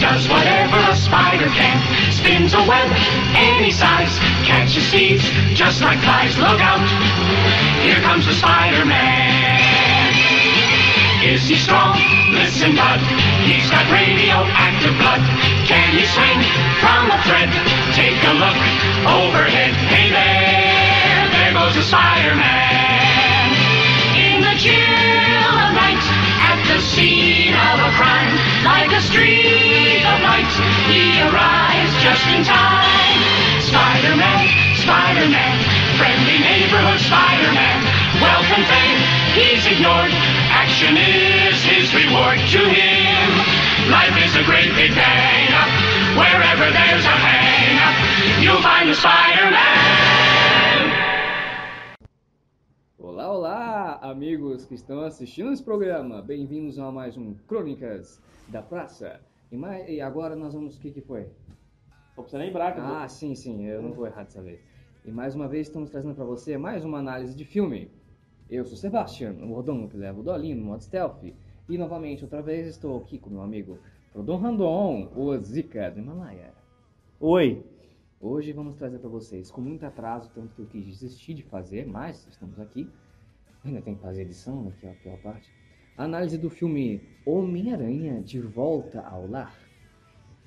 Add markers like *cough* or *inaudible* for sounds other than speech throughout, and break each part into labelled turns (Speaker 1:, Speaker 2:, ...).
Speaker 1: Whatever a spider can, spins a web any size, catches thieves just like flies. Look out! Here comes the Spider-Man. Is he strong? Listen, bud. He's got radioactive blood. Can he swing from a thread? Take a look overhead. Hey there, there goes the Spider-Man. In the chill of night, at the scene of a crime, like a streak of light, he arrives just in time. Spider-Man, Spider-Man, friendly neighborhood Spider-Man. Wealth and fame, he's ignored. Action is his reward to him. Life is a great big bang-up. Wherever there's a hang-up, you'll find the Spider-Man.
Speaker 2: Olá, olá, amigos que estão assistindo esse programa. Bem-vindos a mais um Crônicas da Praça. E, mais, e agora nós vamos. O que, que foi?
Speaker 3: Só precisa lembrar que
Speaker 2: Ah, sim, sim, eu não vou errar dessa vez. E mais uma vez estamos trazendo para você mais uma análise de filme. Eu sou Sebastian, o Rodon que leva o Dolinho no modo stealth. E novamente, outra vez, estou aqui com meu amigo Rodon Randon, o Zika do Himalaia.
Speaker 3: Oi.
Speaker 2: Hoje vamos trazer para vocês, com muito atraso, tanto que eu quis desistir de fazer, mas estamos aqui. Ainda tem que fazer edição, né, que é a pior parte. A análise do filme Homem-Aranha de Volta ao Lar.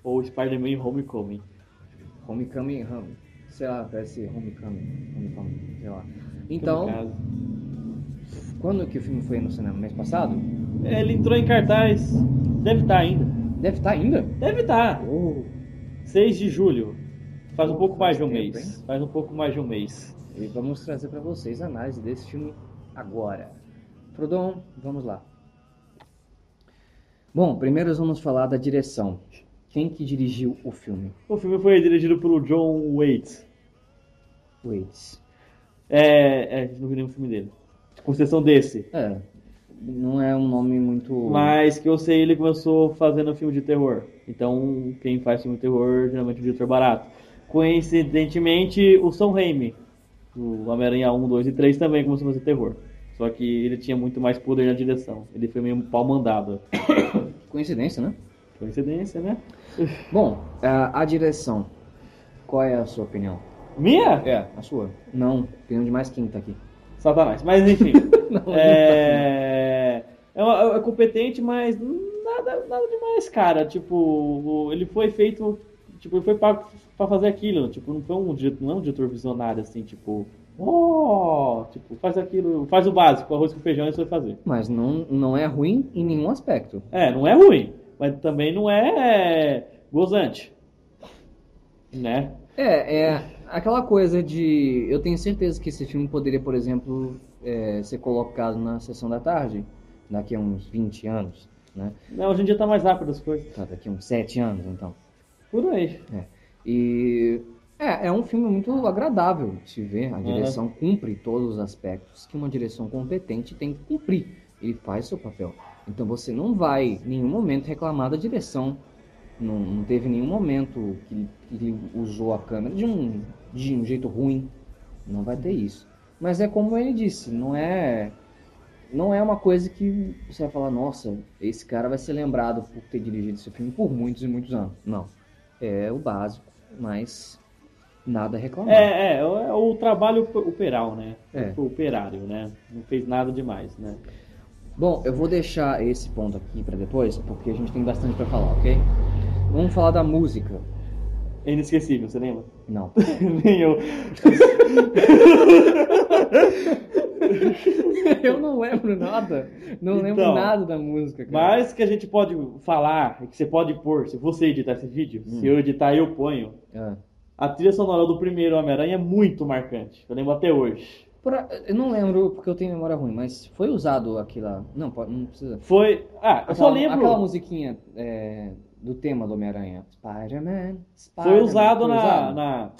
Speaker 3: Ou Spider-Man Homecoming.
Speaker 2: Homecoming, home, sei lá, parece Homecoming, Homecoming, sei lá. Então,
Speaker 3: Kamikaze.
Speaker 2: quando que o filme foi no cinema? Mês passado?
Speaker 3: É, Ele entrou em cartaz. Deve estar ainda.
Speaker 2: Deve estar ainda?
Speaker 3: Deve estar.
Speaker 2: Oh,
Speaker 3: 6 de julho. Faz um
Speaker 2: Pô,
Speaker 3: pouco mais de um
Speaker 2: faz tempo,
Speaker 3: mês. Faz um pouco mais de um mês.
Speaker 2: e vamos trazer para vocês a análise desse filme agora. Frodon, vamos lá. Bom, primeiro nós vamos falar da direção. Quem que dirigiu o filme?
Speaker 3: O filme foi dirigido pelo John Waits.
Speaker 2: Waits.
Speaker 3: É, é, a gente não viu nenhum filme dele. Com exceção desse.
Speaker 2: É, não é um nome muito...
Speaker 3: Mas que eu sei, ele começou fazendo filme de terror. Então, quem faz filme de terror, geralmente é um diretor barato. Coincidentemente, o Sam Raimi, do Homem-Aranha 1, 2 e 3, também começou a fazer terror. Só que ele tinha muito mais poder na direção. Ele foi meio pau mandado.
Speaker 2: Coincidência, né?
Speaker 3: Coincidência, né?
Speaker 2: Bom, a a direção. Qual é a sua opinião?
Speaker 3: Minha?
Speaker 2: É, a sua. Não, opinião de mais quem tá aqui.
Speaker 3: Satanás. Mas enfim.
Speaker 2: Não,
Speaker 3: é... É, uma- é competente, mas nada, nada demais, cara. Tipo, o- ele foi feito. Tipo, ele foi pago pra fazer aquilo. Tipo, não foi um diretor, não é um diretor visionário assim, tipo. Oh, tipo, faz aquilo, faz o básico, arroz com feijão e você vai fazer.
Speaker 2: Mas não, não é ruim em nenhum aspecto.
Speaker 3: É, não é ruim, mas também não é gozante. Né?
Speaker 2: É, é aquela coisa de. Eu tenho certeza que esse filme poderia, por exemplo, é, ser colocado na sessão da tarde, daqui a uns 20 anos, né?
Speaker 3: Não, hoje em dia tá mais rápido as coisas.
Speaker 2: Tá, Daqui a uns 7 anos, então.
Speaker 3: Por aí.
Speaker 2: E é, é um filme muito agradável de se ver. A
Speaker 3: Uhum.
Speaker 2: direção cumpre todos os aspectos que uma direção competente tem que cumprir. Ele faz seu papel. Então você não vai em nenhum momento reclamar da direção. Não, não teve nenhum momento que ele usou a câmera de um, de um jeito ruim. Não vai ter isso. Mas é como ele disse, não é não é uma coisa que você vai falar, nossa, esse cara vai ser lembrado por ter dirigido esse filme por muitos e muitos anos. Não. É o básico, mas nada a reclamar.
Speaker 3: É, é, é o trabalho operal, né?
Speaker 2: É.
Speaker 3: O operário, né? Não fez nada demais, né?
Speaker 2: Bom, eu vou deixar esse ponto aqui pra depois, porque a gente tem bastante pra falar, ok? Vamos falar da música.
Speaker 3: É inesquecível, você lembra? *laughs*
Speaker 2: Não.
Speaker 3: Nem eu.
Speaker 2: *laughs* eu não lembro nada. Não lembro
Speaker 3: Então,
Speaker 2: nada da música, cara.
Speaker 3: Mas que a gente pode falar, que você pode pôr, se você editar esse vídeo,
Speaker 2: Hum.
Speaker 3: se eu editar, eu ponho.
Speaker 2: Ah.
Speaker 3: A trilha sonora do primeiro Homem-Aranha é muito marcante. Eu lembro até hoje.
Speaker 2: Por a- Eu não lembro porque eu tenho memória ruim, mas foi usado aquela. Não, pode- não precisa.
Speaker 3: Foi. Ah, eu só
Speaker 2: Aquela-
Speaker 3: lembro.
Speaker 2: Aquela musiquinha é, do tema do Homem-Aranha. Spider-Man, Spider-Man.
Speaker 3: Foi usado
Speaker 2: né? foi
Speaker 3: na.
Speaker 2: usado?
Speaker 3: na-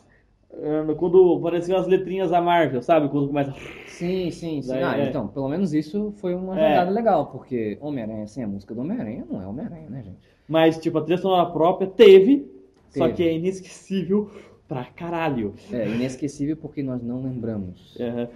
Speaker 3: eh, quando apareciam as letrinhas da Marvel, sabe? Quando começa.
Speaker 2: Sim, sim, sim.
Speaker 3: Daí,
Speaker 2: ah,
Speaker 3: é.
Speaker 2: então, pelo menos isso foi uma
Speaker 3: É.
Speaker 2: jogada legal, porque Homem-Aranha sem a música do Homem-Aranha não é Homem-Aranha, né, gente?
Speaker 3: Mas, tipo, a trilha sonora própria teve, só
Speaker 2: Teve.
Speaker 3: que é inesquecível pra caralho.
Speaker 2: É inesquecível porque nós não lembramos.
Speaker 3: Aham.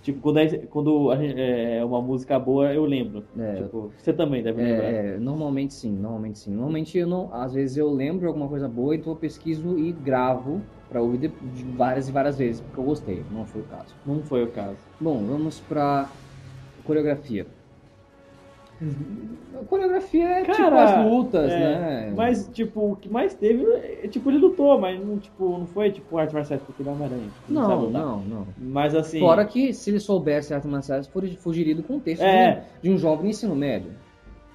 Speaker 3: Tipo, quando, é, quando a gente- é uma música boa, eu lembro.
Speaker 2: É,
Speaker 3: Tipo, você também deve lembrar.
Speaker 2: É, é, normalmente sim, normalmente sim. Normalmente eu não, às vezes eu lembro alguma coisa boa, então eu pesquiso e gravo pra ouvir de- de várias e várias vezes, porque eu gostei, não foi o caso.
Speaker 3: Não foi o caso.
Speaker 2: Bom, vamos pra coreografia. A coreografia é tipo
Speaker 3: Cara,
Speaker 2: as lutas,
Speaker 3: é,
Speaker 2: né?
Speaker 3: Mas, tipo, o que mais teve, é, tipo, ele lutou, mas não, tipo, não foi, tipo, arte marcial porque ele é uma aranha. Ele sabe
Speaker 2: não,
Speaker 3: lutar.
Speaker 2: não, não.
Speaker 3: Mas, assim...
Speaker 2: Fora que se ele soubesse artes marciais, furi- fugiria do contexto
Speaker 3: É.
Speaker 2: de, um, de um jovem ensino médio.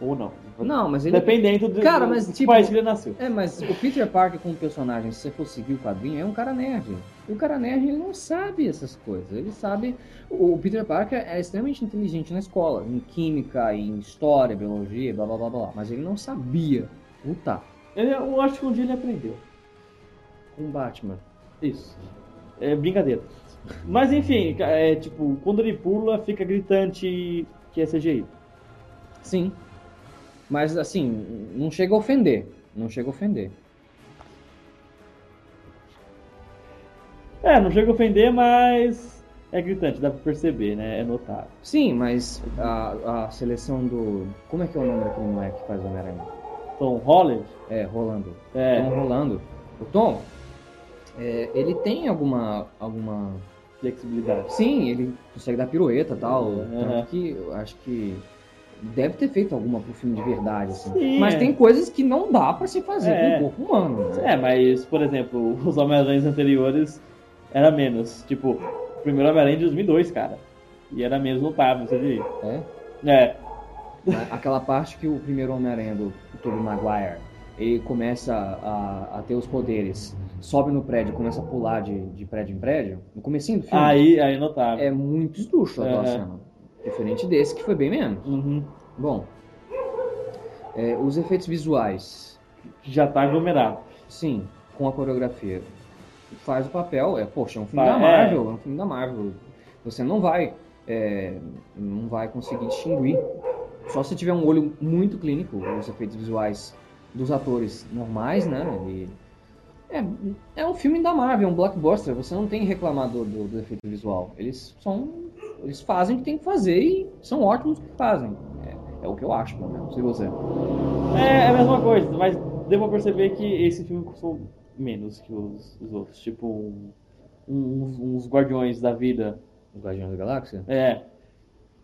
Speaker 3: Ou não.
Speaker 2: Não, mas ele
Speaker 3: Dependendo do,
Speaker 2: Cara,
Speaker 3: do-
Speaker 2: mas,
Speaker 3: do
Speaker 2: tipo,
Speaker 3: país que ele nasceu.
Speaker 2: É, mas o Peter Parker como personagem, se você for seguir o quadrinho, é um cara nerd. E o cara nerd, ele não sabe essas coisas. Ele sabe... O o Peter Parker é extremamente inteligente na escola, em química, em história, biologia, blá, blá, blá, blá. Mas ele não sabia lutar
Speaker 3: Ele- eu acho que um dia ele aprendeu.
Speaker 2: com Batman.
Speaker 3: Isso. É brincadeira. Mas, enfim, ca- é, tipo, quando ele pula, fica gritante que é CGI.
Speaker 2: Sim. Mas, assim, não chega a ofender. Não chega a ofender.
Speaker 3: É, não chega a ofender, mas é gritante, dá pra perceber, né? É notável.
Speaker 2: Sim, mas a, a seleção do... Como é que é o nome daquele moleque que faz o Homem-Aranha?
Speaker 3: Tom Holland,
Speaker 2: É, Rolando.
Speaker 3: é,
Speaker 2: Tom Rolando. O Tom, é, ele tem alguma, alguma.
Speaker 3: flexibilidade.
Speaker 2: Sim, ele consegue dar pirueta e tal.
Speaker 3: Uhum.
Speaker 2: Tanto que eu acho que deve ter feito alguma pro filme de verdade, assim.
Speaker 3: Sim,
Speaker 2: Mas
Speaker 3: é.
Speaker 2: tem coisas que não dá pra se fazer
Speaker 3: É.
Speaker 2: com o corpo humano. né?
Speaker 3: É, mas, por exemplo, *laughs* os Homem-Aranhas anteriores era menos. Tipo, o primeiro Homem-Aranha de 2002, cara. E era menos notável, você diria.
Speaker 2: É.
Speaker 3: É,
Speaker 2: Né? Aquela parte que o primeiro Homem-Aranha do Tobey Maguire, ele começa a, a ter os poderes, sobe no prédio, começa a pular de, de prédio em prédio, no comecinho do filme,
Speaker 3: aí, aí é notável.
Speaker 2: é muito esdrúxula aquela
Speaker 3: É.
Speaker 2: cena. Diferente desse, que foi bem menos.
Speaker 3: Uhum.
Speaker 2: Bom, é, os efeitos visuais,
Speaker 3: Já tá aglomerado.
Speaker 2: sim, com a coreografia, faz o papel. É, poxa, é um filme da
Speaker 3: Fa- é.
Speaker 2: Marvel, é um filme da Marvel. Você não vai, é, não vai conseguir distinguir. Só se tiver um olho muito clínico, os efeitos visuais dos atores normais, né? E é, é um filme da Marvel, é um blockbuster. Você não tem que reclamar do, do, do efeito visual. Eles são, eles fazem o que tem que fazer e são ótimos que fazem. É, é o que eu acho, pelo menos. E você?
Speaker 3: É, é a mesma coisa, mas devo perceber que esse filme custou menos que os, os outros. Tipo, um- um- uns, uns Guardiões da Vida.
Speaker 2: Os Guardiões da Galáxia?
Speaker 3: É.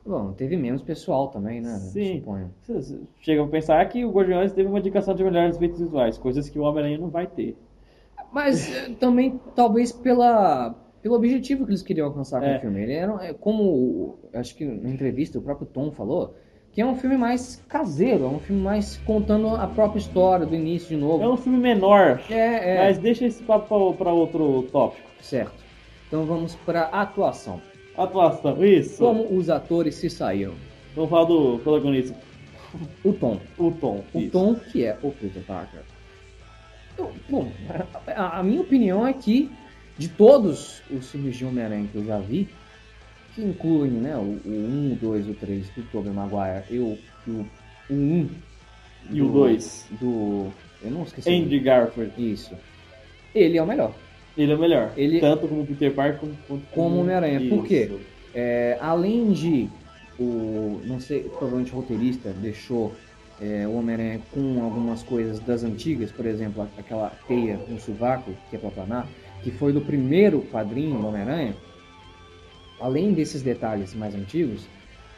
Speaker 2: Bom, teve menos pessoal também, né?
Speaker 3: Sim.
Speaker 2: Suponho.
Speaker 3: Você- você Chega a pensar que o Guardiões teve uma indicação de melhores efeitos visuais, coisas que o Homem-Aranha não vai ter.
Speaker 2: Mas eh, também, talvez, pela, pelo objetivo que eles queriam alcançar com
Speaker 3: É.
Speaker 2: o filme. Ele era, é, como, o- acho que na entrevista o próprio Tom falou, que é um filme mais caseiro, é um filme mais contando a própria história do início de
Speaker 3: É
Speaker 2: novo.
Speaker 3: um filme menor,
Speaker 2: É, é,
Speaker 3: mas deixa esse papo pra, pra outro tópico.
Speaker 2: certo. Então vamos para atuação.
Speaker 3: Atuação, isso.
Speaker 2: Como os atores se saíram?
Speaker 3: Vamos falar do protagonista,
Speaker 2: O Tom.
Speaker 3: o Tom.
Speaker 2: O
Speaker 3: isso.
Speaker 2: Tom, que é o Peter Parker. Eu- bom, a, a minha opinião é que, de todos os filmes de Homem-Aranha que eu já vi, que incluem né, o, o 1, o 2, o 3 do Tobey Maguire, eu, e o, o 1
Speaker 3: E o 2,
Speaker 2: do. Eu não esqueci.
Speaker 3: Andy Garfield.
Speaker 2: Isso. Ele é o melhor.
Speaker 3: Ele é o melhor.
Speaker 2: Ele-
Speaker 3: Tanto como Peter Parker como, quanto
Speaker 2: Como Homem-Aranha. Por
Speaker 3: Isso.
Speaker 2: quê? É, além de o. Não sei, provavelmente o roteirista deixou é, o Homem-Aranha com algumas coisas das antigas, por exemplo, a- aquela teia no sovaco, que é pra planar, que foi do primeiro quadrinho do Homem-Aranha. Além desses detalhes mais antigos,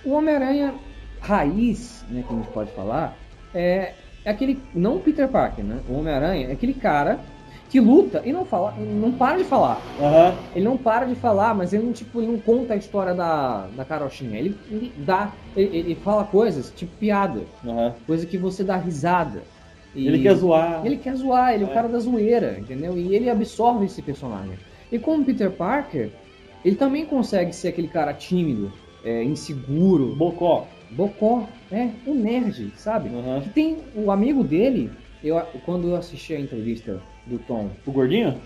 Speaker 2: o Homem-Aranha raiz, né, que a gente pode falar, é aquele. Não o Peter Parker, né? O Homem-Aranha é aquele cara que luta e não fala, não para de falar.
Speaker 3: Aham.
Speaker 2: Ele não para de falar, mas ele não, tipo, ele não conta a história da, da carochinha. Ele, ele dá, ele, ele fala coisas, tipo piada,
Speaker 3: aham.
Speaker 2: coisa que você dá risada. E
Speaker 3: Ele quer zoar.
Speaker 2: Ele quer zoar, ele é o
Speaker 3: É.
Speaker 2: cara da zoeira, entendeu? E ele absorve esse personagem. E como Peter Parker, ele também consegue ser aquele cara tímido, é, inseguro,
Speaker 3: Bocó.
Speaker 2: bocó, né? O nerd, sabe?
Speaker 3: Aham.
Speaker 2: Que tem o amigo dele, eu, quando eu assisti a entrevista do Tom,
Speaker 3: O gordinho?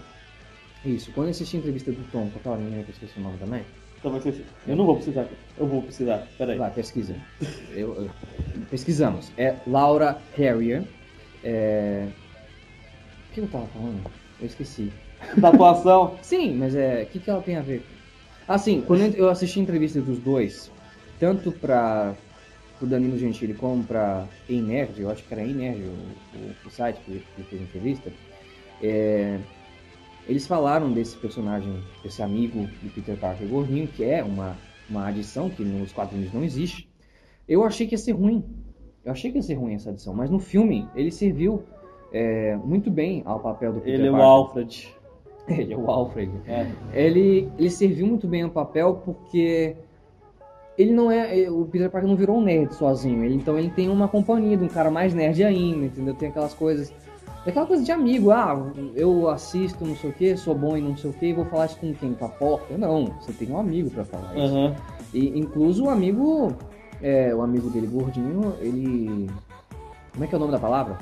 Speaker 2: isso, quando eu assisti a entrevista do Tom com aquela menina que eu esqueci o nome também.
Speaker 3: Talvez você... assim. Eu não vou precisar. Eu vou precisar. Peraí.
Speaker 2: Vai, pesquisa. Eu- eu- pesquisamos. É Laura Harrier. É... O que eu tava falando? Eu esqueci. *laughs*
Speaker 3: Da atuação.
Speaker 2: Sim, mas é. O que, que ela tem a ver? Assim, quando eu assisti a entrevista dos dois, tanto pra o Danilo Gentili como pra Enerd, eu acho que era Enerd o, o, o site que, que fez a entrevista, é, eles falaram desse personagem, desse amigo do Peter Parker gordinho, que é uma, uma adição que nos quadrinhos não existe. Eu achei que ia ser ruim. Eu achei que ia ser ruim essa adição, mas no filme ele serviu é, muito bem ao papel do Peter
Speaker 3: Ele é o
Speaker 2: Parker.
Speaker 3: Alfred.
Speaker 2: Ele é o Alfred.
Speaker 3: É.
Speaker 2: Ele, ele serviu muito bem ao papel porque ele não é. O Peter Parker não virou um nerd sozinho. Ele- então ele tem uma companhia de um cara mais nerd ainda, entendeu? Tem aquelas coisas. Aquela coisa de amigo, ah, eu assisto não sei o que, sou bom em não sei o que, e vou falar isso com quem? Com a porta? Não, você tem um amigo pra falar isso.
Speaker 3: Aham.
Speaker 2: E, incluso o amigo. é, o amigo dele gordinho, ele. Como é que é o nome da palavra?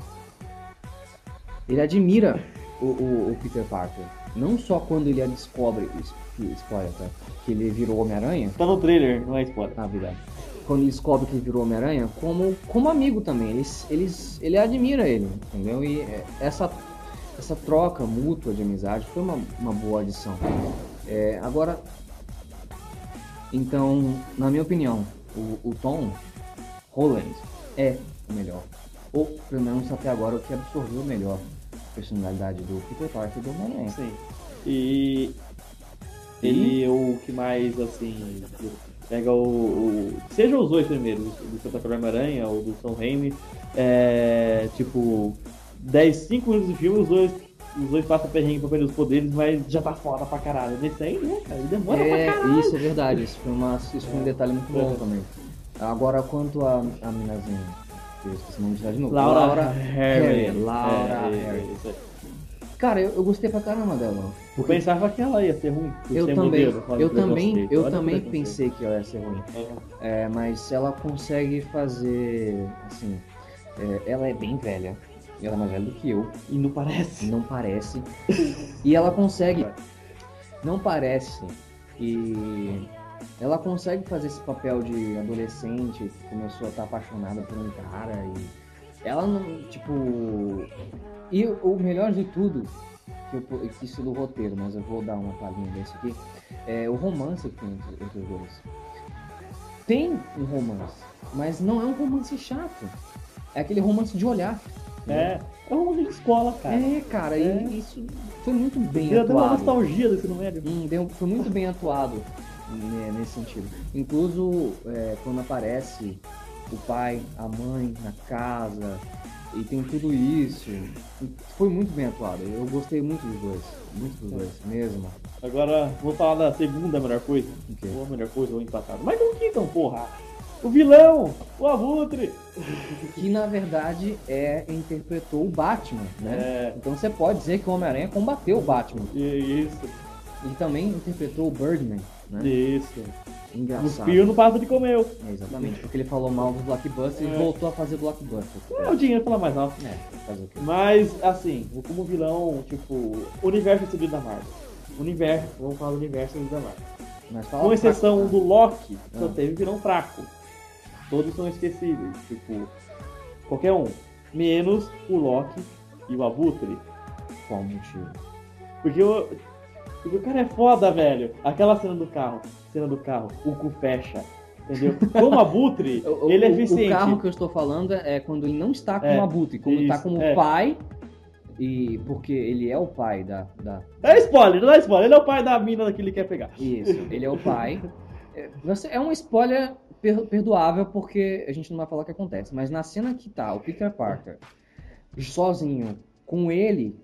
Speaker 2: Ele admira o, o- o Peter Parker. Não só quando ele descobre. es- que- Spoiler, tá? Que ele virou Homem-Aranha.
Speaker 3: Tá no trailer, não é spoiler.
Speaker 2: Na verdade. Quando ele descobre que ele virou Homem-Aranha, como, como amigo também. Eles, eles, ele admira ele, entendeu? E é, essa, essa troca mútua de amizade foi uma, uma boa adição. É, agora, então, na minha opinião, o, o Tom Holland é o melhor. Ou, pelo menos até agora, o que absorveu melhor a personalidade do Peter Parker e do Homem-Aranha.
Speaker 3: Sim. E ele é o que mais, assim, pega o. o- seja os dois primeiros, do Espetacular Homem-Aranha ou do Tom Raimi, é, tipo, 10, 5 minutos de filme, os dois, os dois passam perrengue pra perder os poderes, mas já tá foda pra caralho. Nesse aí, né, cara? Ele demora pra
Speaker 2: É,
Speaker 3: caralho.
Speaker 2: isso é verdade. Isso foi, uma, isso foi um detalhe muito bom também. Agora, quanto a, a minazinha. Eu esqueci o nome dela de novo.
Speaker 3: Laura,
Speaker 2: Harry.
Speaker 3: Harry.
Speaker 2: Laura
Speaker 3: É, é,
Speaker 2: Harry.
Speaker 3: é, isso aí.
Speaker 2: Cara, eu, eu gostei pra caramba dela.
Speaker 3: Eu pensava que ela ia ser ruim. por
Speaker 2: Eu
Speaker 3: ser
Speaker 2: também,
Speaker 3: modelo, fala
Speaker 2: eu
Speaker 3: que preconceito.
Speaker 2: também, eu
Speaker 3: Olha é que
Speaker 2: também
Speaker 3: preconceito.
Speaker 2: pensei que ela ia ser ruim.
Speaker 3: É.
Speaker 2: É, mas ela consegue fazer, assim, é, ela é bem velha. Ela é mais velha do que eu.
Speaker 3: E não parece.
Speaker 2: Não parece. E ela consegue. Não parece. E ela consegue fazer esse papel de adolescente que começou a estar apaixonada por um cara e ela não, tipo, e o melhor de tudo que eu po- que isso do roteiro, mas eu vou dar uma palhinha desse aqui, é o romance que tem entre, entre os dois. Tem um romance, mas não é um romance chato. É aquele romance de olhar.
Speaker 3: É, é um de escola, cara.
Speaker 2: É, cara,
Speaker 3: É.
Speaker 2: E isso foi muito bem
Speaker 3: Já deu uma
Speaker 2: atuado.
Speaker 3: nostalgia é, do ensino médio.
Speaker 2: Hum, deu- foi muito bem atuado né, nesse sentido. Incluso é, quando aparece o pai, a mãe na casa e tem tudo isso. Foi muito bem atuado. Eu gostei muito dos dois. Muito dos dois, mesmo.
Speaker 3: Agora, vou falar da segunda melhor coisa.
Speaker 2: O quê?
Speaker 3: Ou a melhor coisa, ou empatado. Mas o que então, porra? O vilão, o abutre.
Speaker 2: Que na verdade é interpretou o Batman, né?
Speaker 3: É,
Speaker 2: Então você pode dizer que o Homem-Aranha combateu o Batman.
Speaker 3: e- isso,
Speaker 2: Ele também interpretou o Birdman, né?
Speaker 3: isso. No
Speaker 2: Engraçado.
Speaker 3: pio não passa de comer.
Speaker 2: É, exatamente, porque ele falou mal dos blockbusters e
Speaker 3: É.
Speaker 2: voltou a fazer blockbuster.
Speaker 3: É o dinheiro fala mais não.
Speaker 2: É, fazer o quê?
Speaker 3: Mas, assim, como vilão, tipo, o universo estendido da Marvel. Universo, vamos falar do universo estendido da Marvel.
Speaker 2: Mas fala
Speaker 3: Com exceção do Loki, só
Speaker 2: um Ah.
Speaker 3: teve vilão fraco. Todos são esquecíveis, tipo, qualquer um. Menos o Loki e o Abutre.
Speaker 2: Qual motivo?
Speaker 3: Porque o, porque o cara é foda, velho. Aquela cena do carro, cena do carro, o cu fecha, entendeu? Como abutre,
Speaker 2: *laughs*
Speaker 3: ele é
Speaker 2: o,
Speaker 3: eficiente.
Speaker 2: O carro que eu estou falando é quando ele não está com
Speaker 3: É,
Speaker 2: o abutre, quando está
Speaker 3: isso,
Speaker 2: como
Speaker 3: é.
Speaker 2: pai, e porque ele é o pai da. da
Speaker 3: É spoiler, não é spoiler. Ele é o pai da mina que ele quer pegar.
Speaker 2: isso, ele é o
Speaker 3: *laughs*
Speaker 2: pai. É, você- É um spoiler per- perdoável, porque a gente não vai falar o que acontece, mas na cena que tá o Peter Parker sozinho com ele,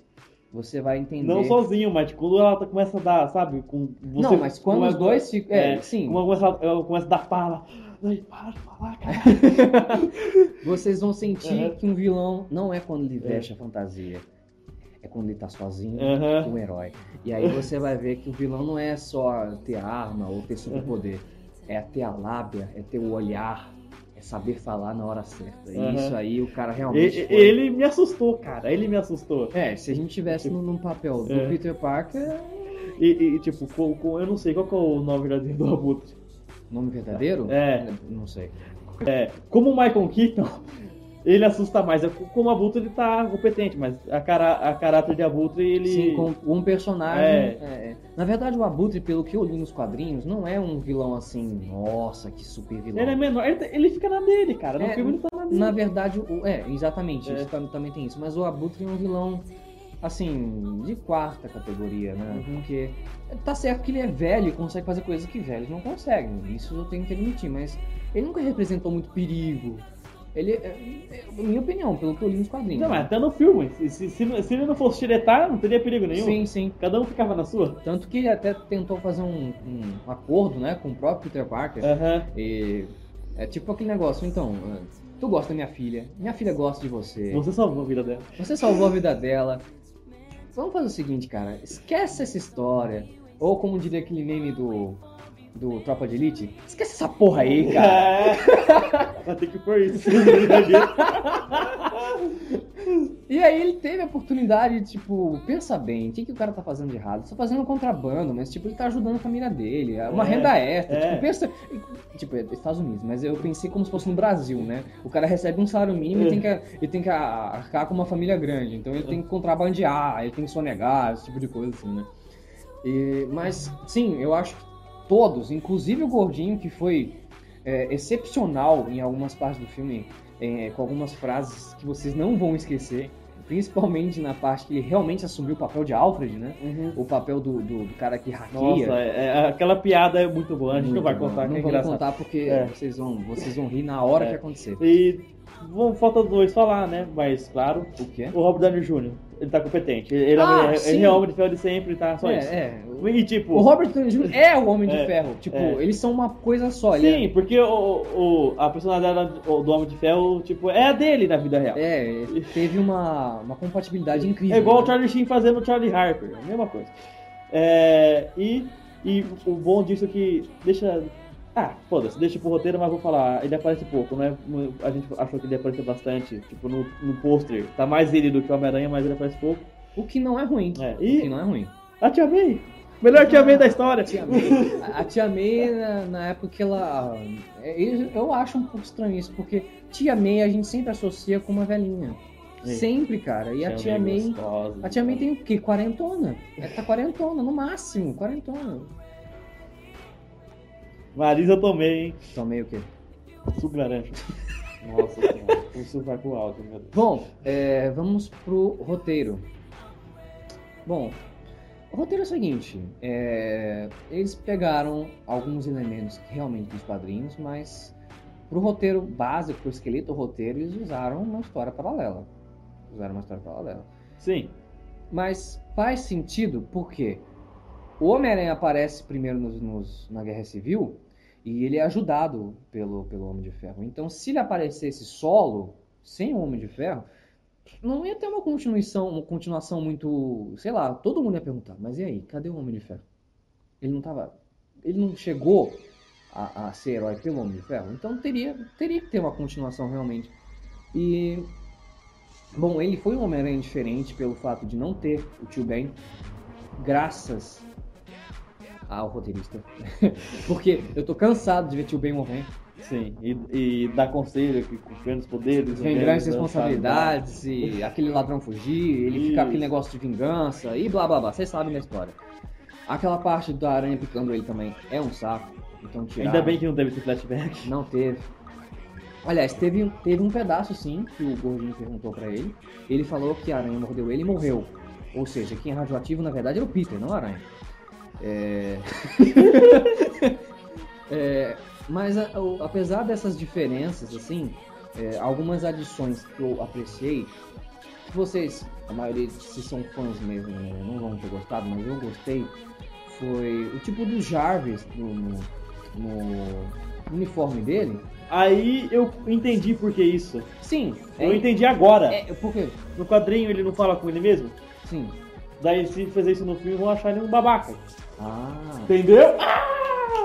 Speaker 2: você vai entender.
Speaker 3: Não sozinho, mas quando ela tá- começa a dar, sabe? Com você,
Speaker 2: não, mas quando
Speaker 3: como
Speaker 2: os
Speaker 3: é-
Speaker 2: dois ficam. É,
Speaker 3: é,
Speaker 2: sim.
Speaker 3: Como ela começa, a- ela começa a dar fala. Ai, para de falar, cara.
Speaker 2: Vocês vão sentir
Speaker 3: Aham.
Speaker 2: que um vilão não é quando ele
Speaker 3: É.
Speaker 2: veste a fantasia. É quando ele tá sozinho,
Speaker 3: Aham.
Speaker 2: um herói. E aí você vai ver que o vilão não é só ter arma ou ter superpoder. É ter a lábia, é ter o olhar, é saber falar na hora certa. E
Speaker 3: Aham.
Speaker 2: isso aí o cara realmente.
Speaker 3: E-
Speaker 2: foi.
Speaker 3: Ele me assustou, cara. Ele me assustou.
Speaker 2: É, se a gente tivesse no- num papel do
Speaker 3: É.
Speaker 2: Peter Parker,
Speaker 3: E, e, tipo, com, com- eu não sei qual que é o nome verdadeiro do abutre.
Speaker 2: nome verdadeiro?
Speaker 3: É.
Speaker 2: Não sei.
Speaker 3: Como o Michael Keaton, *laughs* ele assusta mais. É Como adulto ele tá competente, mas a, cara, a caráter de Abutre ele.
Speaker 2: Sim, com um personagem. é, Na verdade, o Abutre, pelo que eu li nos quadrinhos, não é um vilão assim, nossa, que super vilão.
Speaker 3: Ele é menor, ele, ele fica na dele, cara. No
Speaker 2: É,
Speaker 3: filme ele tá na dele.
Speaker 2: Na verdade, o- é, exatamente,
Speaker 3: É.
Speaker 2: isso tam- também tem isso. Mas o Abutre é um vilão, assim, de quarta categoria, né?
Speaker 3: Uhum.
Speaker 2: Porque tá certo que ele é velho e consegue fazer coisas que velhos não conseguem. Isso eu tenho que admitir, mas ele nunca representou muito perigo. Ele, é, é, minha opinião, pelo que eu li nos quadrinhos.
Speaker 3: Não, é, mas até no filme. Se, se, se, não- se ele não fosse tiretar, não teria perigo nenhum.
Speaker 2: Sim, sim.
Speaker 3: Cada um ficava na sua.
Speaker 2: Tanto que ele até tentou fazer um, um acordo, né, com o próprio Peter Parker.
Speaker 3: Aham.
Speaker 2: E é tipo aquele negócio, então, tu gosta da minha filha, minha filha gosta de você.
Speaker 3: Você salvou a vida dela.
Speaker 2: Você salvou a vida dela. Vamos fazer o seguinte, cara. Esquece essa história. Ou como diria aquele meme do. Do Tropa de Elite. Esquece essa porra aí, cara.
Speaker 3: É. *laughs* Vai ter que
Speaker 2: *laughs*
Speaker 3: pôr isso. Ele
Speaker 2: E aí ele teve a oportunidade, tipo, pensa bem, o que, que o cara tá fazendo de errado? Só fazendo contrabando, mas tipo, ele tá ajudando a família dele, é uma
Speaker 3: É,
Speaker 2: renda extra.
Speaker 3: é.
Speaker 2: Tipo, pensa. Tipo, é dos Estados Unidos, mas eu pensei como se fosse no Brasil, né? O cara recebe um salário mínimo e
Speaker 3: É.
Speaker 2: tem que, ele tem que arcar com uma família grande. Então ele tem que contrabandear, ele tem que sonegar, esse tipo de coisa, assim, né? E- mas, sim, eu acho que todos, inclusive o Gordinho, que foi é, excepcional em algumas partes do filme, é, com algumas frases que vocês não vão esquecer, principalmente na parte que ele realmente assumiu o papel de Alfred, né? O papel do, do- do cara que hackeia.
Speaker 3: Nossa, é- é- aquela piada é muito boa. A gente não
Speaker 2: Muito
Speaker 3: vai
Speaker 2: bom.
Speaker 3: contar, que é
Speaker 2: Não vou
Speaker 3: engraçado.
Speaker 2: contar porque
Speaker 3: É.
Speaker 2: vocês, vão, vocês vão rir na hora
Speaker 3: É.
Speaker 2: que acontecer.
Speaker 3: E bom, falta dois falar, né? Mas claro,
Speaker 2: O quê?
Speaker 3: o Robert Downey Jr. Ele tá competente. Ele,
Speaker 2: Ah,
Speaker 3: é,
Speaker 2: sim.
Speaker 3: ele é homem de ferro de sempre, tá? Só
Speaker 2: É,
Speaker 3: isso.
Speaker 2: é.
Speaker 3: E tipo,
Speaker 2: O Robert Downey Jr. é o Homem de
Speaker 3: É,
Speaker 2: Ferro. Tipo,
Speaker 3: é.
Speaker 2: eles são uma coisa só. ele
Speaker 3: sim, porque o, o- a personalidade do do Homem de Ferro, tipo, é a dele na vida real. É,
Speaker 2: É, é, teve uma, uma compatibilidade incrível.
Speaker 3: igual o
Speaker 2: né?
Speaker 3: Charlie Sheen fazendo o Charlie Harper, é a mesma coisa. É, e, e o bom disso é que deixa. Ah, foda-se, deixa pro roteiro, mas vou falar. Ele aparece pouco, né? A gente achou que ele apareceu bastante, tipo, no, no pôster. Tá mais ele do que o Homem-Aranha, mas ele aparece pouco.
Speaker 2: O que não é ruim.
Speaker 3: É,
Speaker 2: O que
Speaker 3: e
Speaker 2: não é ruim.
Speaker 3: a Tia May. Melhor Tia May da história.
Speaker 2: A tia May, a- a tia May na, na época que ela. é, Eu eu acho um pouco estranho isso, porque tia May a gente sempre associa com uma velhinha.
Speaker 3: Sim. é um
Speaker 2: Sempre, cara. E a tia May.
Speaker 3: gostosa.
Speaker 2: A tia May tem o quê? Quarentona. Ela tá quarentona, no máximo, quarentona.
Speaker 3: Marisa Tomei, hein?
Speaker 2: Tomei o quê?
Speaker 3: Suco laranja. Nossa *laughs* senhora. Isso vai pro alto, meu Deus.
Speaker 2: Bom, é, vamos pro roteiro. Bom, o roteiro é o seguinte: é, eles pegaram alguns elementos realmente dos quadrinhos, mas pro roteiro básico, pro esqueleto do roteiro, eles usaram uma história paralela. Usaram uma história paralela.
Speaker 3: Sim.
Speaker 2: Mas faz sentido porque o Homem-Aranha aparece primeiro nos- nos- na Guerra Civil e ele é ajudado pelo, pelo Homem de Ferro. Então, se ele aparecesse solo, sem o Homem de Ferro, não ia ter uma continuação, uma continuação muito. Sei lá, todo mundo ia perguntar, mas e aí, cadê o Homem de Ferro? Ele não tava. Ele não chegou a, a ser herói pelo Homem de Ferro. Então teria, teria que ter uma continuação realmente. E Bom, ele foi um Homem-Aranha diferente pelo fato de não ter o tio Ben, graças ao roteirista. *laughs* Porque eu tô cansado de ver tio Ben morrer.
Speaker 3: Sim. E, e dá conselho que com grandes poderes.
Speaker 2: Tem grandes responsabilidades, e aquele ladrão fugir, ele ficar
Speaker 3: né? Isso.
Speaker 2: aquele negócio de vingança e blá blá blá. Vocês sabem da história. Aquela parte da aranha picando ele também é um saco. Então tiraram.
Speaker 3: Ainda bem que não teve esse flashback.
Speaker 2: Não teve. Aliás, teve, um- teve um pedaço sim que o gordinho perguntou pra ele. Ele falou que a aranha mordeu ele e morreu. Ou seja, quem é radioativo na verdade era o Peter, não a aranha. É. *laughs* É, Mas a- o- apesar dessas diferenças, assim, é, algumas adições que eu apreciei, que vocês, a maioria, se são fãs mesmo, né, não vão ter gostado, mas eu gostei, foi o tipo do Jarvis no- no- no uniforme dele?
Speaker 3: Aí eu entendi por que isso.
Speaker 2: Sim.
Speaker 3: Eu
Speaker 2: é,
Speaker 3: entendi agora.
Speaker 2: é, porque,
Speaker 3: No quadrinho ele não fala com ele mesmo.
Speaker 2: sim.
Speaker 3: Daí se fizer isso no filme vão achar ele um babaca.
Speaker 2: Ah.
Speaker 3: Entendeu?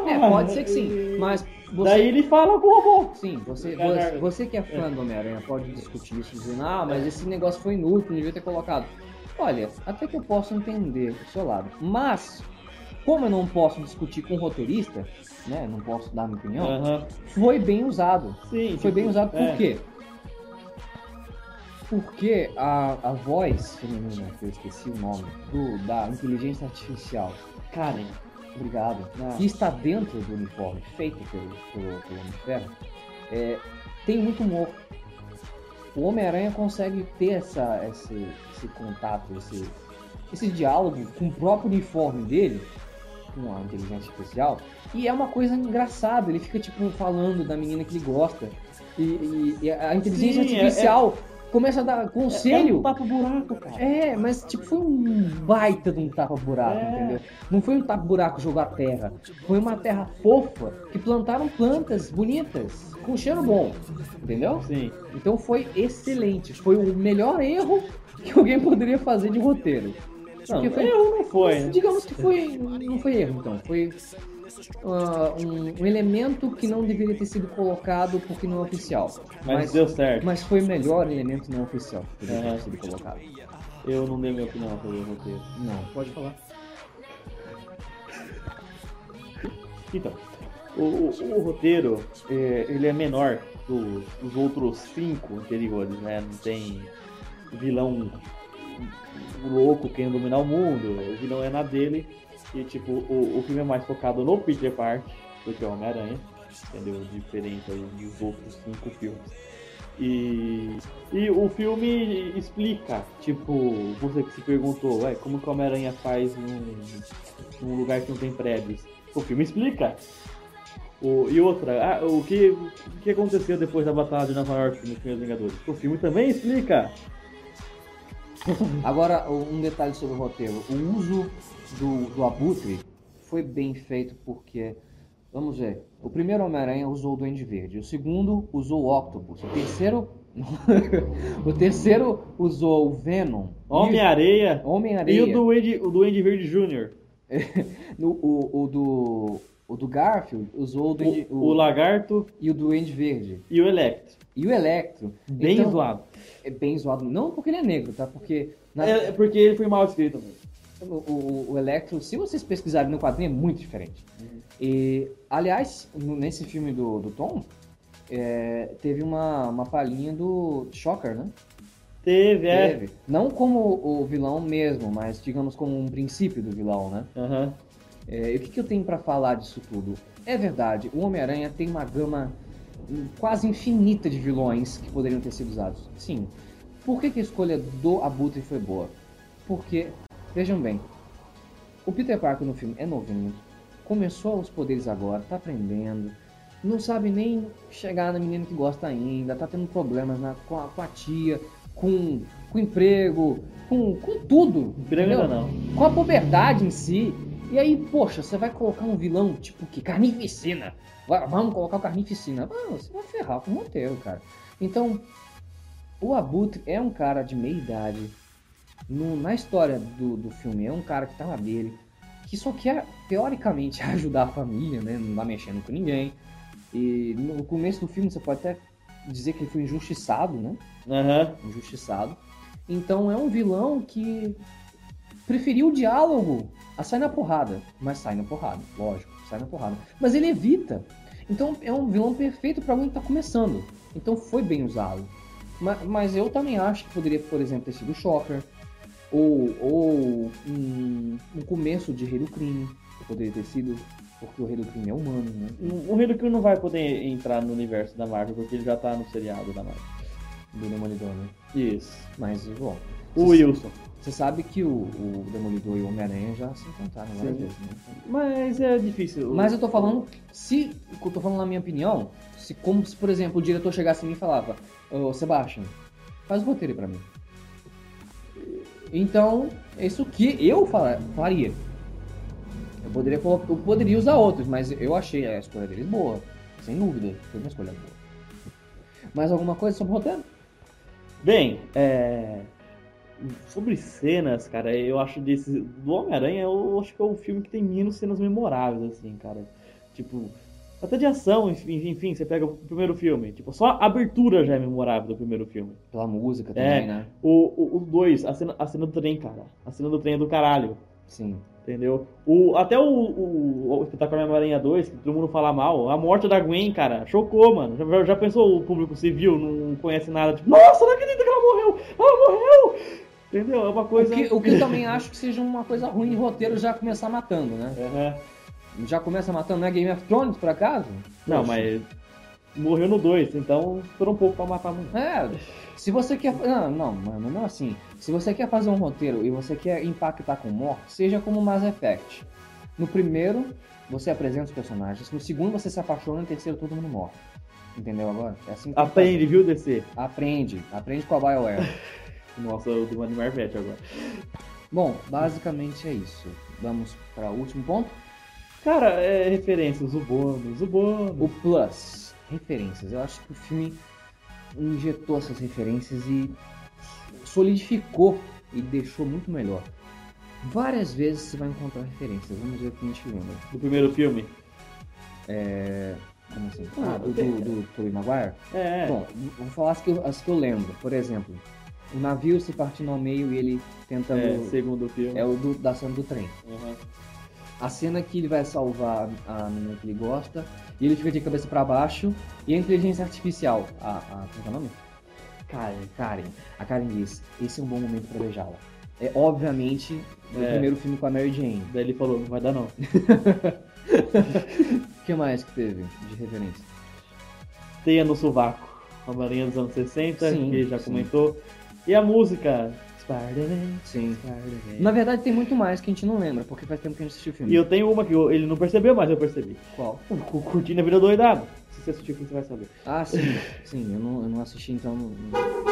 Speaker 2: É, pode ser que sim. Mas você.
Speaker 3: Daí ele fala com o robô.
Speaker 2: Sim, você, você,
Speaker 3: Caralho.
Speaker 2: você que é fã do Homem-Aranha pode discutir isso, dizendo, ah, mas esse negócio foi inútil, não devia ter colocado. Olha, até que eu posso entender o seu lado. Mas, como eu não posso discutir com o roteirista, né? Não
Speaker 3: É.
Speaker 2: posso dar minha opinião,
Speaker 3: Aham.
Speaker 2: foi bem usado.
Speaker 3: Sim.
Speaker 2: Foi
Speaker 3: tipo,
Speaker 2: bem usado por
Speaker 3: é.
Speaker 2: quê? Porque a, a voz feminina, né, que eu esqueci o nome, do, da inteligência artificial,
Speaker 3: Karen.
Speaker 2: obrigado,
Speaker 3: Ah.
Speaker 2: que está dentro do uniforme, feito pelo, pelo, pelo Homem de Ferro, é, tem muito humor. O Homem-Aranha consegue ter essa, esse, esse contato, esse, esse diálogo com o próprio uniforme dele, com a inteligência artificial, e é uma coisa engraçada. Ele fica, tipo, falando da menina que ele gosta. E, e- e a inteligência
Speaker 3: Sim, é-
Speaker 2: artificial começa a dar
Speaker 3: É um
Speaker 2: conselho.
Speaker 3: tapa-buraco, cara.
Speaker 2: É, mas tipo, foi um baita de um tapa-buraco,
Speaker 3: É.
Speaker 2: entendeu? Não foi um tapa-buraco jogar terra. Foi uma terra fofa que plantaram plantas bonitas, com cheiro bom, entendeu?
Speaker 3: Sim.
Speaker 2: Então foi excelente. Foi o melhor erro que alguém poderia fazer de roteiro.
Speaker 3: Não,
Speaker 2: Porque foi-
Speaker 3: erro não foi,
Speaker 2: Mas
Speaker 3: né?
Speaker 2: Digamos que foi. Não foi erro, então. Foi ah, um, um elemento que não deveria ter sido colocado porque não é oficial.
Speaker 3: Mas, deu certo.
Speaker 2: mas foi o melhor elemento não oficial que deveria
Speaker 3: É.
Speaker 2: ter sido colocado.
Speaker 3: Eu não dei minha opinião sobre o roteiro.
Speaker 2: Não, pode falar.
Speaker 3: Então, o, o- o roteiro, é, ele é menor dos, dos outros cinco anteriores, né? Não tem vilão louco querendo dominar o mundo, o vilão é na dele. E, tipo, o, o filme é mais focado no Peter Park do que o Homem-Aranha, entendeu? Diferente aí dos outros cinco filmes. E, e o filme explica, tipo, você que se perguntou, ué, como que o Homem-Aranha faz num, num lugar que não tem prédios? O filme explica. O, e outra, ah, o, que, o que aconteceu depois da Batalha de Nova York nos Primeiros Vingadores? O filme também explica.
Speaker 2: Agora, um detalhe sobre o roteiro. O uso do, do abutre foi bem feito porque, vamos ver, o primeiro Homem-Aranha usou o Duende Verde, o segundo usou o Octopus, o terceiro... *laughs* o terceiro usou o Venom. e-
Speaker 3: Homem-Areia e
Speaker 2: Homem-Aranha.
Speaker 3: o Duende, o Duende Verde Jr.
Speaker 2: No- o, o do, o do Garfield usou o, Duende-
Speaker 3: O, o Lagarto
Speaker 2: e o Duende Verde.
Speaker 3: e o Electro.
Speaker 2: E o Electro.
Speaker 3: Bem
Speaker 2: Então,
Speaker 3: zoado.
Speaker 2: É bem zoado. Não porque ele é negro, tá? Porque na-
Speaker 3: É, é porque ele foi mal escrito. mesmo.
Speaker 2: o, o, o Electro, se vocês pesquisarem no quadrinho, é muito diferente. E, aliás, no- nesse filme do, do Tom, é, teve uma, uma palhinha do Shocker, né?
Speaker 3: Teve, é.
Speaker 2: Teve. Não como o vilão mesmo, mas digamos como um princípio do vilão, né?
Speaker 3: Aham.
Speaker 2: É, e o que, que eu tenho pra falar disso tudo? É verdade, o Homem-Aranha tem uma gama hum, quase infinita de vilões que poderiam ter sido usados. Sim. Por que, que a escolha do Abutre foi boa? Porque, vejam bem, o Peter Parker no filme é novinho, começou os poderes agora, tá aprendendo, não sabe nem chegar na menina que gosta ainda, tá tendo problemas na- com, a, com a tia, com, com o emprego, com, com tudo.
Speaker 3: Piranga
Speaker 2: entendeu?
Speaker 3: não.
Speaker 2: com a puberdade em si. E aí, poxa, você vai colocar um vilão tipo que carnificina. Va- Vamos colocar o carnificina. Mano, você vai ferrar com o Monteiro, cara. Então, o Abutre é um cara de meia idade. No- na história do, do filme, é um cara que tá na dele, que só quer, teoricamente, *laughs* ajudar a família, né? Não tá mexendo com ninguém. E no começo do filme, você pode até dizer que ele foi injustiçado, né?
Speaker 3: Aham.
Speaker 2: injustiçado. Então é um vilão que preferiu o diálogo a sair na porrada. Mas sai na porrada, lógico, sai na porrada. Mas ele evita. Então é um vilão perfeito para alguém que tá começando. Então foi bem usado. Ma- Mas, eu também acho que poderia, por exemplo, ter sido o Shocker. Ou, ou um, um começo de Rei do Crime. que Poderia ter sido, porque o Rei do Crime é humano, né?
Speaker 3: O Rei do Crime não vai poder entrar no universo da Marvel porque ele já tá no seriado da Marvel.
Speaker 2: Do Demolidor, né?
Speaker 3: Isso.
Speaker 2: Mas, bom.
Speaker 3: O Wilson.
Speaker 2: Você sabe que o, o Demolidor e o Homem-Aranha já se encontraram várias
Speaker 3: Sim.
Speaker 2: vezes, né?
Speaker 3: Mas é difícil.
Speaker 2: Mas eu tô falando, se, eu tô falando na minha opinião, se como se, por exemplo, o diretor chegasse em mim e falava, ô Sebastian, faz o roteiro aí pra mim. Então, é isso que eu fala- faria. Eu poderia, colo- eu poderia usar outros, mas eu achei a escolha deles boa. Sem dúvida, foi uma escolha boa. Mais alguma coisa sobre o roteiro?
Speaker 3: Bem, é... sobre cenas, cara, eu acho desse do Homem-Aranha, eu acho que é o filme que tem menos cenas memoráveis assim, cara. Tipo, até de ação, enfim, enfim, você pega o primeiro filme, tipo, só a abertura já é memorável do primeiro filme.
Speaker 2: Pela música também, né?
Speaker 3: O, o, o dois, a cena, a cena do trem, cara. A cena do trem é do caralho.
Speaker 2: Sim.
Speaker 3: Entendeu? O, até o, o, o espetáculo Homem-Aranha 2, que todo mundo fala mal, a morte da Gwen, cara, chocou, mano. Já, já pensou o público civil, não conhece nada, tipo, nossa, não acredito que ela morreu. ah, morreu! Entendeu? É uma coisa.
Speaker 2: O que, o que eu também acho que seja uma coisa ruim em roteiro já começar matando, né?
Speaker 3: Aham.
Speaker 2: Já começa matando, não é Game of Thrones, por acaso?
Speaker 3: Não,
Speaker 2: Poxa.
Speaker 3: mas morreu no 2, então foram um pouco pra matar muito.
Speaker 2: É, se você quer. Não, não, mano, não assim. Se você quer fazer um roteiro e você quer impactar com morte, seja como Mass Effect. No primeiro, você apresenta os personagens. No segundo, você se apaixona. No terceiro, todo mundo morre. Entendeu agora? É assim que tem que
Speaker 3: Aprende, viu, DC?
Speaker 2: fazer. Aprende. Aprende com a BioWare.
Speaker 3: Nossa, eu tô animar Marvete agora.
Speaker 2: Bom, basicamente é isso. Vamos para o último ponto.
Speaker 3: Cara, é referências, o bônus, o bônus.
Speaker 2: O Plus. Referências. Eu acho que o filme injetou essas referências e solidificou e deixou muito melhor. Várias vezes você vai encontrar referências. Vamos ver o que a gente lembra.
Speaker 3: Do primeiro filme.
Speaker 2: Como assim?
Speaker 3: Ah,
Speaker 2: Ah, do, do, do Tobey Maguire?
Speaker 3: É,
Speaker 2: Bom, vou falar as que, eu, as que eu lembro. Por exemplo, o navio se partindo ao meio e ele
Speaker 3: é,
Speaker 2: tentando...
Speaker 3: é
Speaker 2: É,
Speaker 3: segundo filme.
Speaker 2: o do- da cena do trem.
Speaker 3: Aham.
Speaker 2: A cena que ele vai salvar a menina que ele gosta, e ele fica de cabeça pra baixo, e a inteligência artificial, a, a como é que é o nome? Karen, Karen. A Karen diz, esse é um bom momento pra beijá-la. É, obviamente, o
Speaker 3: É.
Speaker 2: primeiro filme com a Mary Jane.
Speaker 3: Daí ele falou, não vai dar não.
Speaker 2: O que mais que teve de referência?
Speaker 3: Teia no Sovaco, a marinha dos anos 60,
Speaker 2: Sim,
Speaker 3: que já
Speaker 2: sim.
Speaker 3: comentou. E a música, Spider-Man,
Speaker 2: Sim.
Speaker 3: Spider-Man.
Speaker 2: Na verdade, tem muito mais que a gente não lembra, porque faz tempo que a gente assistiu o filme.
Speaker 3: E eu tenho uma que eu- ele não percebeu, mas eu percebi.
Speaker 2: Qual?
Speaker 3: Cu- Curtindo a vida doidado. Se você assistiu, o filme, você vai saber.
Speaker 2: Ah, sim. Sim, eu não, eu não assisti, então... não- não-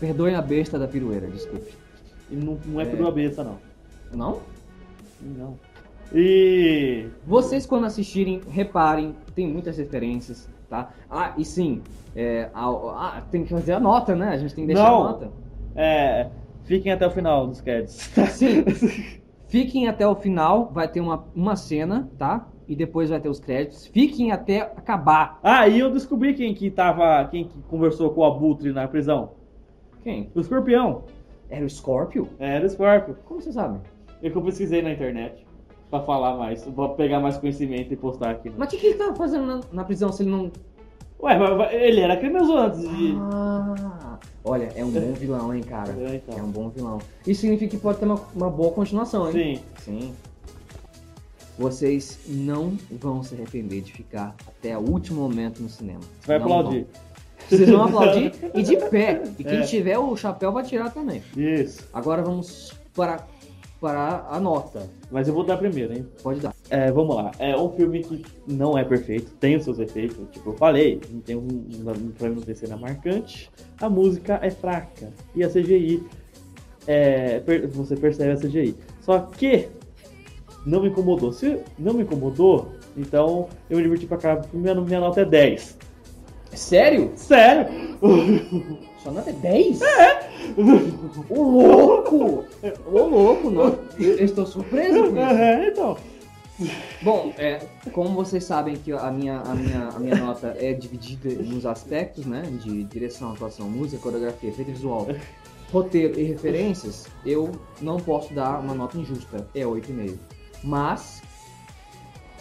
Speaker 2: Perdoem a besta da pirueira, desculpe.
Speaker 3: E não, não é,
Speaker 2: É.
Speaker 3: por uma besta, não.
Speaker 2: Não?
Speaker 3: Não. E.
Speaker 2: Vocês, quando assistirem, reparem, tem muitas referências, tá? Ah, e sim, é, a- a- ah, tem que fazer a nota, né? A gente tem que deixar
Speaker 3: Não.
Speaker 2: a nota.
Speaker 3: É. Fiquem até o final dos créditos. *laughs*
Speaker 2: Sim, fiquem até o final, vai ter uma, uma cena, tá? E depois vai ter os créditos. Fiquem até acabar.
Speaker 3: Ah, e eu descobri quem que tava. Quem que conversou com o Abutre na prisão.
Speaker 2: Quem?
Speaker 3: O escorpião.
Speaker 2: Era o Scorpio?
Speaker 3: Era o Scorpio.
Speaker 2: Como vocês sabem?
Speaker 3: Eu que eu pesquisei na internet. Pra falar mais. Pra pegar mais conhecimento e postar aqui. né?
Speaker 2: Mas o que, que ele tava fazendo na, na prisão se ele não.
Speaker 3: Ué, mas- mas ele era criminoso antes de.
Speaker 2: Ah! Olha, é um bom vilão, hein, cara?
Speaker 3: É,
Speaker 2: É
Speaker 3: então.
Speaker 2: um bom vilão. Isso significa que pode ter uma, uma boa continuação, hein?
Speaker 3: Sim.
Speaker 2: Sim. Vocês não vão se arrepender de ficar até o último momento no cinema.
Speaker 3: Você vai
Speaker 2: Não
Speaker 3: aplaudir.
Speaker 2: vão. Vocês vão *laughs* aplaudir e de pé. E quem
Speaker 3: É.
Speaker 2: tiver o chapéu vai tirar também.
Speaker 3: Isso.
Speaker 2: Agora vamos para, para a nota.
Speaker 3: Mas eu vou dar primeiro, hein?
Speaker 2: Pode dar.
Speaker 3: É, vamos lá. É um filme que não é perfeito, tem os seus efeitos, tipo eu falei, não tem um, um, pra mim não ter cena marcante, a música é fraca e a CGI é, per- você percebe a CGI. Só que não me incomodou. Se não me incomodou, então eu me diverti pra cá. Minha, minha nota é 10.
Speaker 2: Sério?
Speaker 3: Sério?
Speaker 2: Sua nota é 10? É! *laughs* Ô louco! Ô louco, não. Eu eu estou surpreso com isso.
Speaker 3: É, então.
Speaker 2: Bom, é, como vocês sabem que a minha, a, minha, a minha nota é dividida nos aspectos, né? De direção, atuação, música, coreografia, efeito visual, roteiro e referências, eu não posso dar uma nota injusta, é 8,5. Mas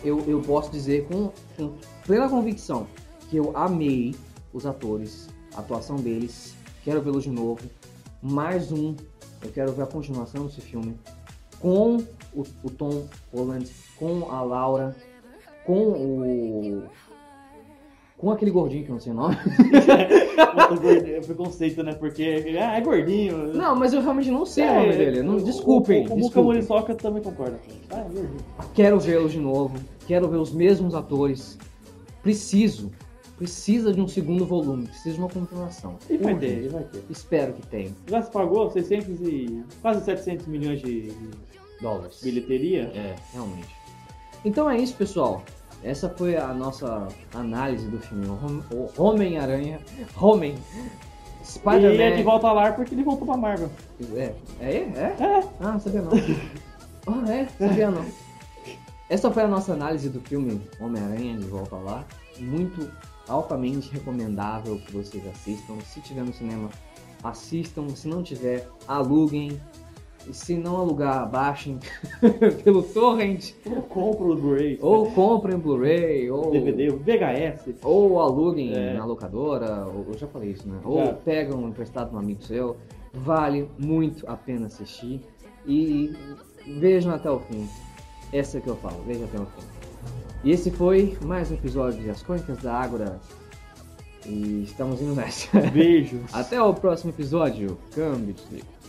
Speaker 2: eu, eu posso dizer com, com plena convicção que eu amei os atores, a atuação deles, quero vê-los de novo. Mais um, eu quero ver a continuação desse filme com o, o Tom Holland, com a Laura, com o. com aquele gordinho que eu não sei o nome.
Speaker 3: É preconceito, né? Porque ah, é
Speaker 2: *laughs*
Speaker 3: gordinho.
Speaker 2: Não, mas eu realmente não sei É, o nome dele. Não, desculpem.
Speaker 3: O, o, o Muca
Speaker 2: desculpem.
Speaker 3: Muriçoca também concorda. com isso. Ah, é gordinho.
Speaker 2: Quero vê-los de novo. Quero ver os mesmos atores. Preciso. Precisa de um segundo volume. Precisa de uma continuação.
Speaker 3: E vai
Speaker 2: Urge.
Speaker 3: ter, e vai ter.
Speaker 2: Espero que tenha.
Speaker 3: Já se pagou 600 e quase 700 milhões de
Speaker 2: Dólares.
Speaker 3: bilheteria?
Speaker 2: É, realmente. Então é isso, pessoal. Essa foi a nossa análise do filme O Hom- O Homem-Aranha. Homem.
Speaker 3: E é de
Speaker 2: Spider-Man.
Speaker 3: volta a lar porque ele voltou pra Marvel.
Speaker 2: É, é, é?
Speaker 3: É.
Speaker 2: Ah, não
Speaker 3: *laughs*
Speaker 2: sabia não. Ah, é? Sabia não. Essa foi a nossa análise do filme Homem-Aranha de Volta Lá. Muito altamente recomendável que vocês assistam. Se tiver no cinema, assistam. Se não tiver, aluguem. se não alugar, baixem *laughs* pelo torrent.
Speaker 3: Eu compro o Blu-ray.
Speaker 2: Ou comprem Blu-ray, ou,
Speaker 3: DVD, VHS.
Speaker 2: ou aluguem
Speaker 3: É.
Speaker 2: na locadora. Ou, eu já falei isso, né?
Speaker 3: Já.
Speaker 2: Ou pegam emprestado de um amigo seu. Vale muito a pena assistir. E vejam até o fim. Essa que eu falo, vejam até o fim. E esse foi mais um episódio de As Crônicas da Ágora. E estamos indo nessa. *laughs*
Speaker 3: Beijos.
Speaker 2: Até o próximo episódio. Câmbio, desliga.